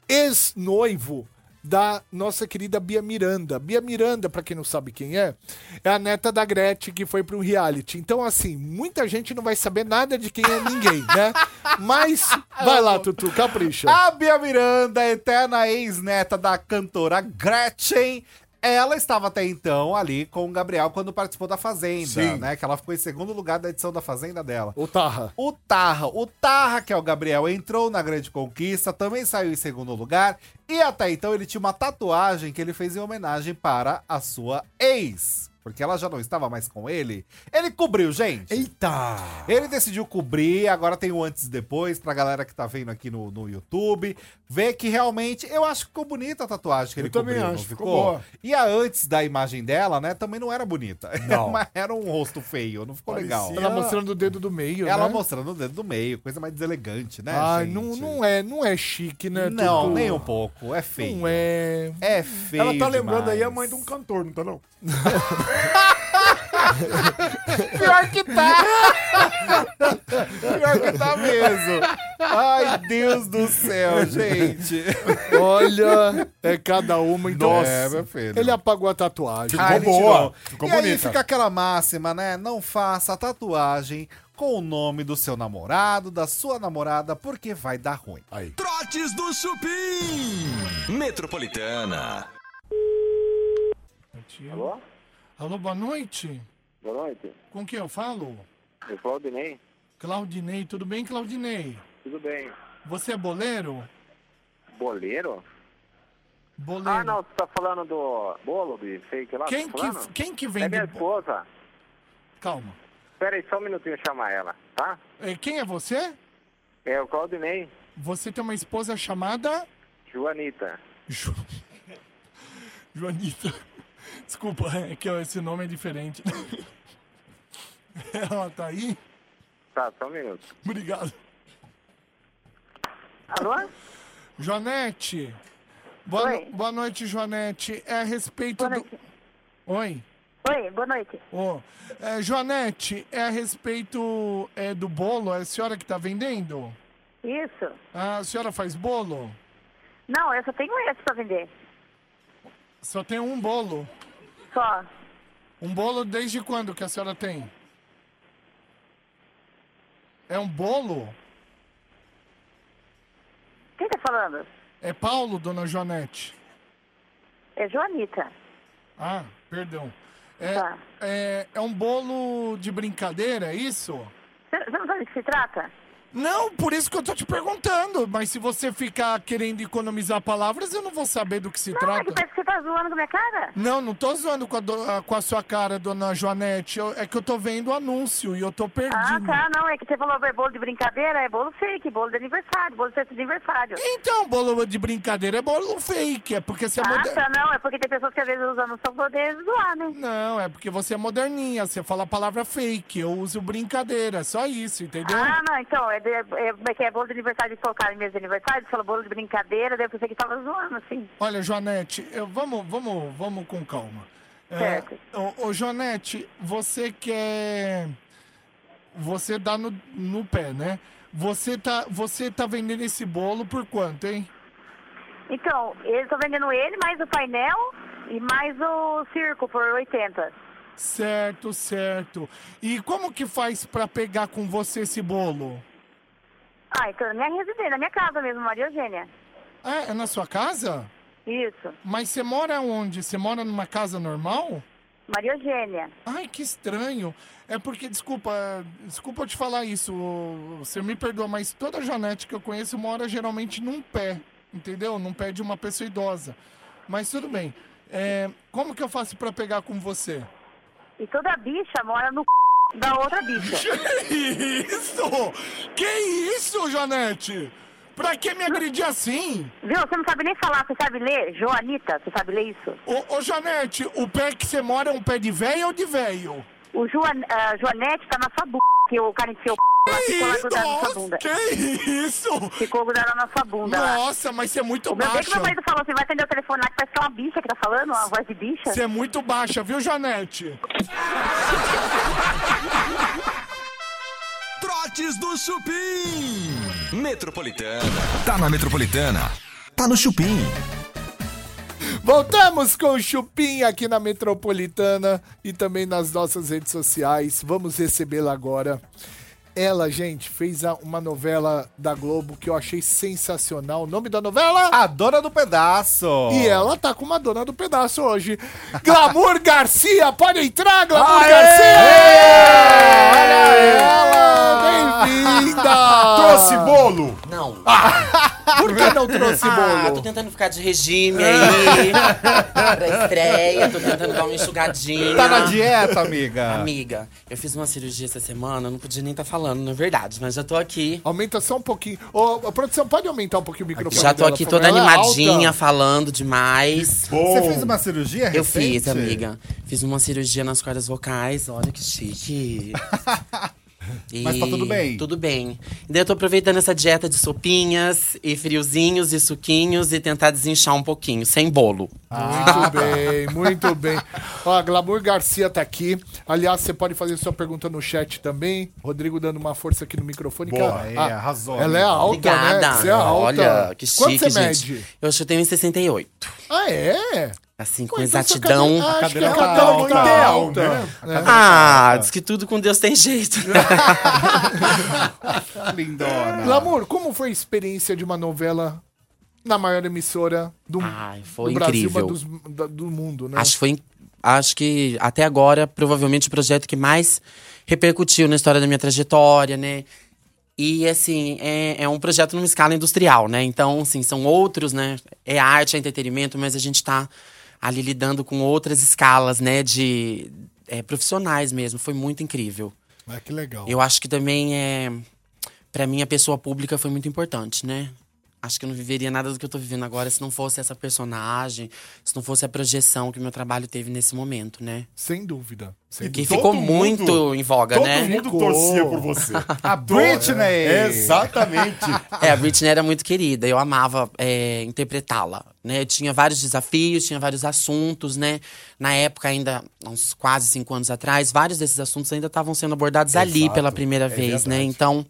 ex-noivo
da nossa querida Bia Miranda. Bia Miranda, pra quem não sabe quem é, é a neta da Gretchen que foi pro reality. Então, assim, muita gente não vai saber nada de quem é ninguém, né? Mas, vai lá, Tutu, capricha.
A Bia Miranda, eterna ex-neta da cantora Gretchen. Ela estava até então ali com o Gabriel quando participou da Fazenda, né? Que ela ficou em segundo lugar da edição da Fazenda dela.
Ô, Tarra.
O Tarra. O Tarra, que é o Gabriel, entrou na Grande Conquista, também saiu em segundo lugar. E até então ele tinha uma tatuagem que ele fez em homenagem para a sua ex. Porque ela já não estava mais com ele. Ele cobriu, gente.
Eita!
Ele decidiu cobrir, agora tem o antes e depois, pra galera que tá vendo aqui no, no YouTube, ver que realmente, eu acho que ficou bonita a tatuagem que ele
também
cobriu,
acho,
não
ficou
ficou?
boa.
E a antes da imagem dela, né, também não era bonita.
Não.
Mas era um rosto feio, não ficou legal.
tá
Ela mostrando o dedo do meio,
Ela
né?
mostrando o dedo do meio, coisa mais deselegante, né,
Ai,
gente?
não, não é, não é chique, né?
Não,
Tutu?
nem um pouco, é feio.
Não é.
É feio
Ela tá lembrando aí a
demais.
mãe de um cantor, não tá não?
Pior que tá! Pior que tá mesmo! Ai, Deus do céu, gente!
Olha, é cada uma. Então,
É, meu filho.
Ele apagou a tatuagem.
Ah, ele
boa,
tirou.
ficou
e aí
bonita.
fica aquela máxima, né? Não faça tatuagem com o nome do seu namorado, da sua namorada, porque vai dar ruim.
Trotes do Chupim. Metropolitana.
Alô?
Alô, boa noite.
Boa noite.
Com quem eu falo?
Eu sou Aldinei.
Claudinei, tudo bem, Claudinei?
Tudo bem.
Você é boleiro?
Boleiro?
Boleiro.
Ah, não, você tá falando do bolo, de sei que lá.
É. Quem
tá
que,
falando?
quem que
É
vende.
minha esposa.
Calma.
Espera aí só um minutinho eu chamar ela, tá?
É, quem é você?
É o Claudinei,
Você tem uma esposa chamada.
Joanita.
Jo... Joanita. Desculpa, é que esse nome é diferente. Ela tá aí?
Tá, só um minuto.
Obrigado.
Alô?
Joanete. Boa,
Oi.
no- boa noite, Joanete. É a respeito
Boa
do.
noite.
Oi.
Oi, boa noite.
Ô, é, Joanete, é a respeito é, do bolo? É a senhora que tá vendendo?
Isso?
Ah, a senhora faz bolo?
Não, eu só tenho esse pra vender.
Só tem um bolo.
Só.
Um bolo desde quando que a senhora tem? É um bolo?
Quem tá falando?
É Paulo, dona Joanete?
É Joanita.
Ah, perdão. É,
Tá.
é, é um bolo de brincadeira, é isso?
Você você não sabe do que se trata?
Não, por isso que eu tô te perguntando. Mas se você ficar querendo economizar palavras, eu não vou saber do que se
Não, é que
trata.
parece que você tá zoando com a minha cara.
Não, não tô zoando com a, do- a- com a sua cara, dona Joanete. Eu- é que eu tô vendo o anúncio e eu tô
Ah,
perdido.
tá, não. É que você falou é bolo de brincadeira, é bolo fake, bolo de aniversário, bolo de festa de aniversário.
Então, bolo de brincadeira é bolo fake. É porque você é
Ah,
moder...
tá, não. É porque tem pessoas que às vezes usam no seu poder zoar, né?
Não, é porque você é moderninha. Você fala a palavra fake. Eu uso brincadeira. é Só isso, entendeu?
Ah, não, então, é, de, é, como é que é bolo de aniversário, eles colocaram em mesa de aniversário, você falou bolo de brincadeira, daí eu pensei que tava zoando, assim.
Olha, Joanete, eu- vamos, vamos, vamos com calma. É,
Certo.
ô, ô, Joanete, você quer. Você dá no, no pé, né? Você tá, você tá vendendo esse bolo por quanto, hein?
Então, eu tô vendendo ele, mais o painel e mais o circo por 80.
Certo, certo. E como que faz pra pegar com você esse bolo?
Ah, então na minha residência, na minha casa mesmo, Maria Eugênia.
É, é na sua casa?
Isso,
Mas você mora onde? Você mora numa casa normal?
Maria Eugênia.
Ai, que estranho. É porque, desculpa, desculpa eu te falar isso, ô, você me perdoa, mas toda Janete que eu conheço mora geralmente num pé, entendeu? Num pé de uma pessoa idosa. Mas tudo bem. É, como que eu faço pra pegar com você?
E toda bicha mora no c... da outra bicha.
Que isso? Que isso, Janete? Pra que me agredir assim?
Viu? Você não sabe nem falar, você sabe ler? Joanita, você sabe ler isso?
Ô, ô Janete, o pé que você mora é um pé de véio ou de véio?
O Joan, ah, Joanete tá na sua bunda, que o cara enfiou o c... lá, ficou lá grudado na sua
Nossa,
bunda.
que isso?
Ficou grudado na sua bunda lá.
Nossa, mas você é muito
O meu bem
baixa.
que meu marido falou, você vai atender o telefone lá que parece que é uma bicha que tá falando, uma voz de bicha.
Você é muito baixa, viu, Janete?
Trotes do Chupim. Metropolitana. Tá na Metropolitana. Tá no Chupim.
Voltamos com o Chupim aqui na Metropolitana e também nas nossas redes sociais. Vamos recebê-la agora. Ela, gente, fez a- uma novela da Globo que eu achei sensacional. O nome da novela?
A dona do pedaço.
E ela tá com uma dona do pedaço hoje. Glamour Garcia, pode entrar, Glamour
Aê!
Garcia! Olha ela!
Ah.
Trouxe bolo!
Não.
Bem-vinda! Por que não trouxe
Ah, tô
bolo?
tentando ficar de regime aí. pra estreia, tô tentando dar uma enxugadinha.
Tá na dieta, amiga.
Amiga, eu fiz uma cirurgia essa semana, eu não podia nem estar falando, na verdade, mas já tô aqui.
Aumenta só um pouquinho. Ô, ô, produção, pode aumentar um pouquinho o microfone
Já tô
dela,
aqui
por
toda
favor? Ela é
animadinha,
alta.
falando demais.
Você fez uma cirurgia
Eu
recente?
fiz, amiga. Fiz uma cirurgia nas cordas vocais, olha que chique. E
Mas tá tudo bem?
Tudo bem. E daí eu tô aproveitando essa dieta de sopinhas e friozinhos e suquinhos e tentar desinchar um pouquinho, sem bolo.
Muito bem, muito bem. Ó, a Glamour Garcia tá aqui. Aliás, você pode fazer sua pergunta no chat também. Rodrigo dando uma força aqui no microfone. que
Boa,
ela-
é,
ah,
arrasou,
Ela é
amiga.
alta, né?
Obrigada.
Você é alta.
Olha, que
Quanto
chique,
você
gente.
mede?
Eu acho que eu tenho um 68.
Ah, é?
Assim, com
Então, sua
exatidão.
cadeira- acho que
cadeira
a
tá
cadeira
alta,
tá
tá
alta. é.
Ah, diz que tudo com Deus tem jeito.
Lindona.
Glamour, como foi a experiência de uma novela na maior emissora do,
Ai, foi
do Brasil,
incrível.
mas dos- da- do mundo, né?
Acho que foi. in- Acho que até agora, provavelmente, o projeto que mais repercutiu na história da minha trajetória, né? E assim, é, é um projeto numa escala industrial, né? Então, assim, são outros, né? É arte, é entretenimento, mas a gente tá ali lidando com outras escalas, né? De é, profissionais mesmo. Foi muito incrível.
Ah, que legal.
Eu acho que também é. Pra mim, a pessoa pública foi muito importante, né? Acho que eu não viveria nada do que eu tô vivendo agora se não fosse essa personagem, se não fosse a projeção que meu trabalho teve nesse momento, né?
Sem dúvida. Sem
Que
todo
ficou
mundo-
muito em voga,
Todo
né?
mundo torcia por você.
A Britney.
Exatamente.
É, a Britney era muito querida, eu amava é, interpretá-la, né? Eu tinha vários desafios, tinha vários assuntos, né? Na época, ainda, uns quase cinco anos atrás, vários desses assuntos ainda estavam sendo abordados ali
Exato,
pela primeira
é
vez, né?
verdade.
Então,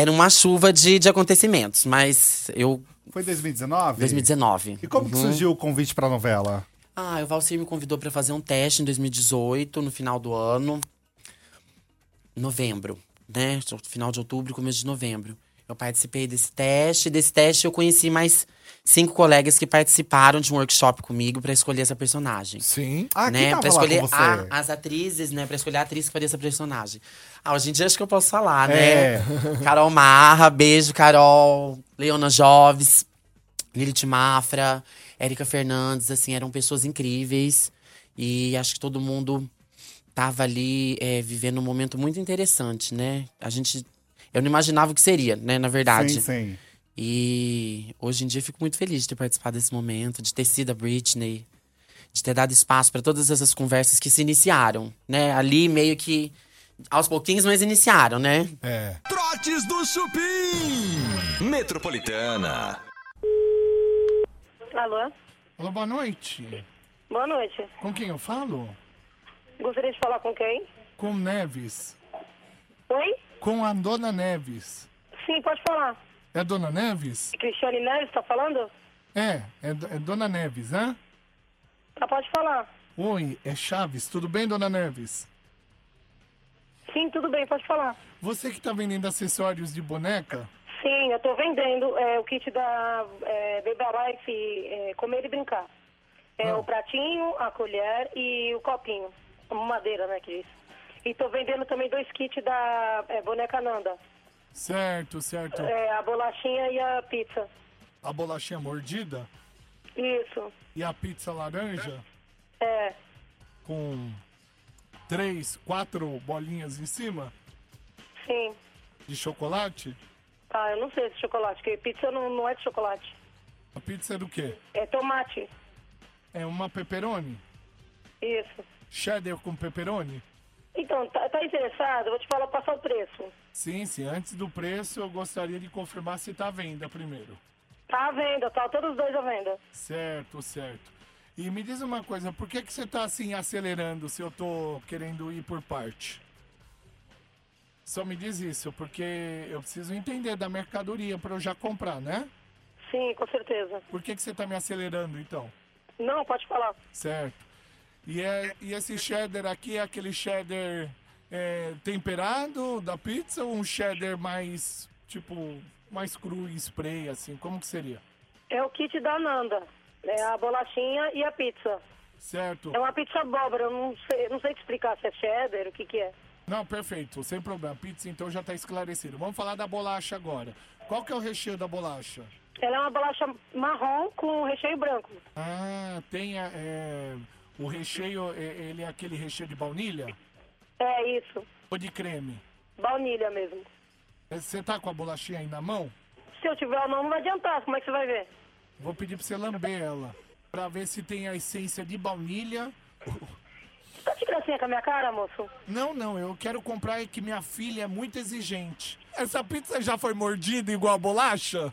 era uma chuva de, de acontecimentos, mas eu...
Foi 2019?
2019.
E como que
Uhum.
surgiu o convite pra novela?
Ah, o Valsir me convidou pra fazer um teste em 2018, no final do ano. Novembro, né? Final de outubro, começo de novembro. Eu participei desse teste. Desse teste eu conheci mais cinco colegas que participaram de um workshop comigo pra escolher essa personagem.
Sim.
Ah,
né?
quem tava
Pra
lá
escolher
com você?
a- as atrizes, né? Pra escolher a atriz que faria essa personagem. Ah, hoje em dia acho que eu posso falar,
É.
né? Carol Marra, beijo, Carol. Leona Joves, Lilith Mafra, Érica Fernandes, assim, eram pessoas incríveis. E acho que todo mundo tava ali é, vivendo um momento muito interessante, né? A gente. Eu não imaginava o que seria, né? Na
Sim,
verdade.
sim.
E hoje em dia eu fico muito feliz de ter participado desse momento, de ter sido a Britney, de ter dado espaço para todas essas conversas que se iniciaram, né? Ali meio que aos pouquinhos, mas iniciaram, né?
É.
Trotes do Chupim. Metropolitana.
Alô?
Alô, boa noite.
Boa noite.
Com quem eu falo?
Gostaria de falar com quem?
Com Neves.
Oi?
Com a Dona Neves.
Sim, pode falar.
É Dona Neves?
Cristiane Neves tá falando?
É, é, do- é Dona Neves, né?
Tá, pode falar.
Oi, é Chaves. Tudo bem, Dona Neves?
Sim, tudo bem, pode falar.
Você que tá vendendo acessórios de boneca?
Sim, eu tô vendendo é, o kit da é, Baby Life é, Comer e Brincar. É o pratinho, a colher e o copinho. Madeira, né, que diz. E tô vendendo também dois kits da é, boneca Nanda.
Certo,
Ah.
certo.
É, a bolachinha e a pizza.
A bolachinha mordida
Isso.
e a pizza laranja
É,
com três, quatro bolinhas em cima
sim.
de chocolate?
Ah, eu não sei se chocolate, porque pizza não, não é de chocolate.
A pizza é do quê?
É tomate.
É uma pepperoni?
Isso.
Cheddar com pepperoni?
Então, tá, tá interessado? Vou te falar, passar o preço.
Sim, sim. Antes do preço, eu gostaria de confirmar se tá à venda primeiro.
Tá à venda, tá todos os dois à venda.
Certo, certo. E me diz uma coisa, por que, que você tá assim acelerando se eu tô querendo ir por parte? Só me diz isso, porque eu preciso entender da mercadoria para eu já comprar, né?
Sim, com certeza.
Por que, que você tá me acelerando, então?
Não, pode falar.
Certo. E, é, e esse cheddar aqui é aquele cheddar é, temperado da pizza ou um cheddar mais, tipo, mais cru em spray, assim? Como que seria?
É o kit da Nanda. É a bolachinha e a pizza.
Certo.
É uma pizza abóbora, eu não sei, não sei te explicar se é cheddar, o que que é.
Não, perfeito, sem problema. Pizza então já tá esclarecido. Vamos falar da bolacha agora. Qual que é o recheio da bolacha?
Ela é uma bolacha marrom com recheio branco.
Ah, tem a- é, o recheio, é, ele é aquele recheio de baunilha?
É isso,
Ou de creme?
baunilha mesmo.
É, Você tá com a bolachinha aí na mão?
Se eu tiver ou não, não vai adiantar, como é que você vai ver?
Vou pedir pra você lamber ela. Pra ver se tem a essência de baunilha.
Você tá de gracinha com a minha cara, moço?
Não, não, eu quero comprar é que minha filha é muito exigente. Essa pizza já foi mordida igual a bolacha?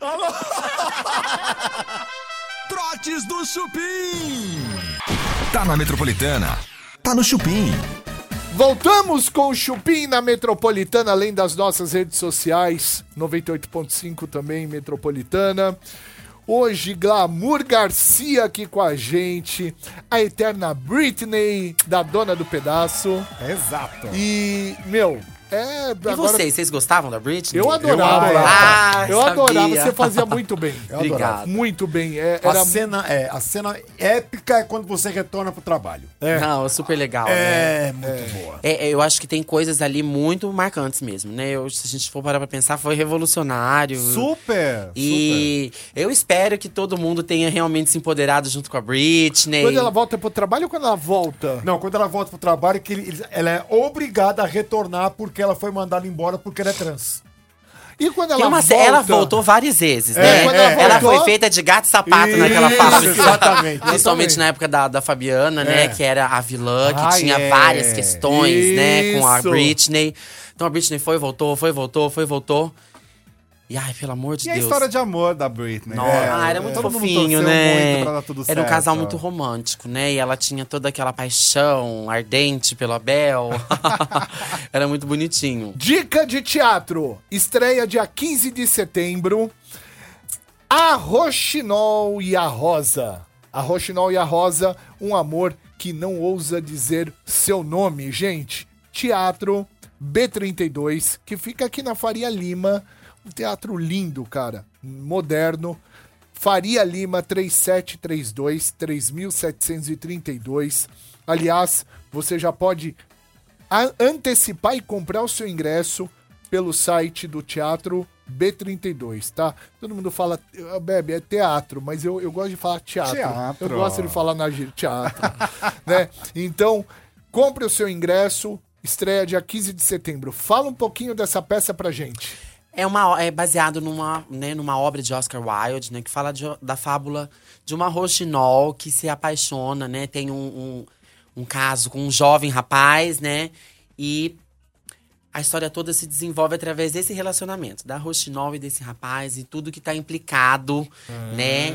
Alô?
Trotes do Chupim. Tá na Metropolitana. Tá no Chupim.
Voltamos com o Chupim na Metropolitana, além das nossas redes sociais, 98.5 também Metropolitana. Hoje, Glamour Garcia aqui com a gente, a eterna Britney, da Dona do Pedaço.
Exato.
E, meu, é...
E vocês, vocês gostavam da Britney?
Eu adorava.
Eu adorava. Ah,
eu
sabia.
adorava, você fazia muito bem.
Obrigado.
Muito bem. É,
A,
era...
cena, é, a cena épica é quando você retorna pro trabalho.
Não, é super legal. né?
É, muito boa.
É, é, eu acho que tem coisas ali muito marcantes mesmo, né? Eu- se a gente for parar pra pensar, foi revolucionário.
Super!
E eu espero que todo mundo tenha realmente se empoderado junto com a Britney.
Quando ela volta pro trabalho ou quando ela volta?
Não, quando ela volta pro trabalho, que ele- eles- ela é obrigada a retornar porque ela foi mandada embora porque ela é trans.
E quando
Tem
ela
é uma se-
volta? É,
ela voltou várias vezes, né?
quando ela
ela
voltou-
foi feita de gato e sapato naquela
Isso,
fase.
Ah,
exatamente,
Principalmente
exatamente.
na época da, da Fabiana, né?
É.
Que era a vilã, que
Ah,
tinha
é.
várias questões, né? Com a
Isso.
Britney. Então a Britney foi, voltou, foi, voltou, foi, voltou. E ai, pelo amor de
E a
Deus.
história de amor da Britney.
Nossa,
né?
É,
ah, era muito
todo mundo
fofinho,
torceu
né?
muito pra dar tudo
era um
certo.
casal muito romântico, né? E ela tinha toda aquela paixão ardente pelo Abel. era muito bonitinho.
Dica de teatro. Estreia dia 15 de setembro. A Roxinol e a Rosa. A Roxinol e a Rosa, um amor que não ousa dizer seu nome, gente. Teatro B32, que fica aqui na Faria Lima. Um teatro lindo, cara. Moderno. Faria Lima 3732 3732. Aliás, você já pode a- antecipar e comprar o seu ingresso pelo site do Teatro B32, tá? Todo mundo fala, "Ah, Bebe, é teatro, mas eu, eu gosto de falar teatro.
Teatro.
Eu gosto de falar na gíria, teatro, né? Então, compre o seu ingresso, estreia dia 15 de setembro. Fala um pouquinho dessa peça pra gente.
É, uma, é baseado numa, né, numa obra de Oscar Wilde, né? Que fala de- da fábula de uma roxinol que se apaixona, né? Tem um, um, um caso com um jovem rapaz, né? E a história toda se desenvolve através desse relacionamento, da roxinol e desse rapaz e tudo que tá implicado,
Ah.
né?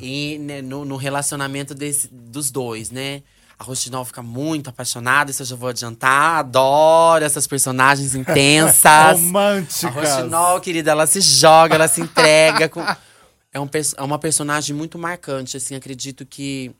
E né, no, no relacionamento desse- dos dois, né? A Roxinol fica muito apaixonada, isso eu já vou adiantar. Adoro essas personagens intensas. A
Românticas.
Roxinol, querida, ela se joga, ela se entrega. com- É, um pers- é uma personagem muito marcante, assim, acredito que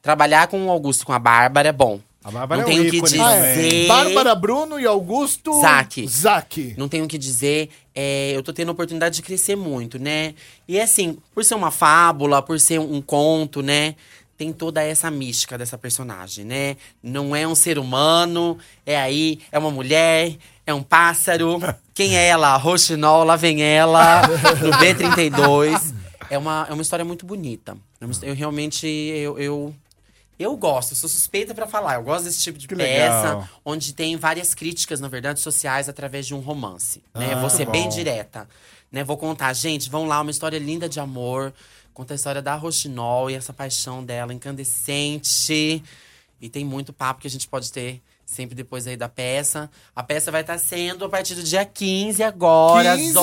trabalhar com o Augusto, com a Bárbara é bom.
A Bárbara
não
é um
tenho o que
ícone
dizer.
também.
Bárbara Bruno e Augusto...
Zaque.
Zaque.
Não tenho o que dizer. é, eu tô tendo a oportunidade de crescer muito, né? E assim, por ser uma fábula, por ser um conto, né? Tem toda essa mística dessa personagem, né? Não é um ser humano, é aí, é uma mulher, é um pássaro. Quem é ela? Roxinol, lá vem ela, no B32. É uma, é uma história muito bonita. É uma histó- Eu realmente, eu, eu, eu gosto, sou suspeita pra falar. Eu gosto desse tipo de
Que
peça
legal.
onde tem várias críticas, na verdade, sociais através de um romance. Né? Vou ser
Ah, bom.
bem direta. Né? Vou contar, gente, vão lá, uma história linda de amor. Conta a história da Roxinol e essa paixão dela incandescente. E tem muito papo que a gente pode ter sempre depois aí da peça. A peça vai estar sendo a partir do dia 15 agora,
15?
às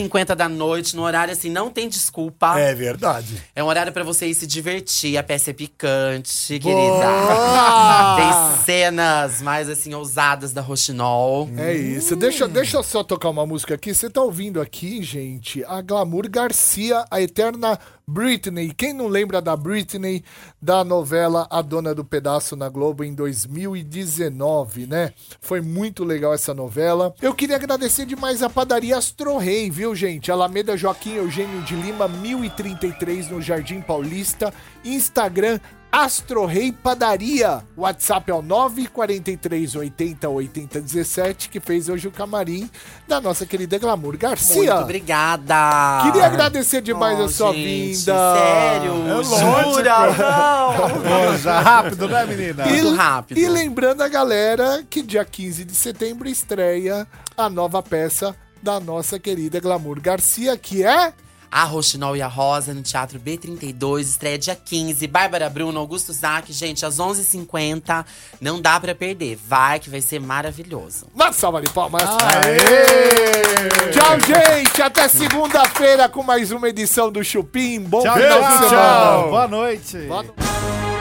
11h50 da noite, no horário assim, não tem desculpa.
É verdade.
É um horário pra você ir se divertir. A peça é picante,
Boa!
querida. tem cenas mais assim ousadas da Roxinol.
É isso. Deixa, deixa eu só tocar uma música aqui. Você tá ouvindo aqui, gente, a Glamour Garcia, a eterna Britney. Quem não lembra da Britney da novela A Dona do Pedaço na Globo em 2019, né? Foi muito legal essa novela. Eu queria agradecer demais a padaria Astro Rei, viu, gente? Alameda Joaquim Eugênio de Lima, 1033 no Jardim Paulista. Instagram Astro Rei Padaria. O WhatsApp é o 943 80 80 17, que fez hoje o camarim da nossa querida Glamour Garcia.
Muito obrigada.
Queria agradecer demais
Oh,
a sua
gente,
vinda. É
Sério? Jura? Não.
né,
E-
é Muito rápido.
E lembrando a galera que dia 15 de setembro estreia a nova peça da nossa querida Glamour Garcia, que é.
A Roxinol e a Rosa no Teatro B32, estreia dia 15. Bárbara Bruno, Augusto Zac, gente, às 11h50. Não dá pra perder. Vai que vai ser maravilhoso.
Uma salva de palmas. Tchau, gente. Até segunda-feira com mais uma edição do Chupim. Bom
Tchau,
final de
tchau,
semana.
tchau. Boa noite.
Boa noite.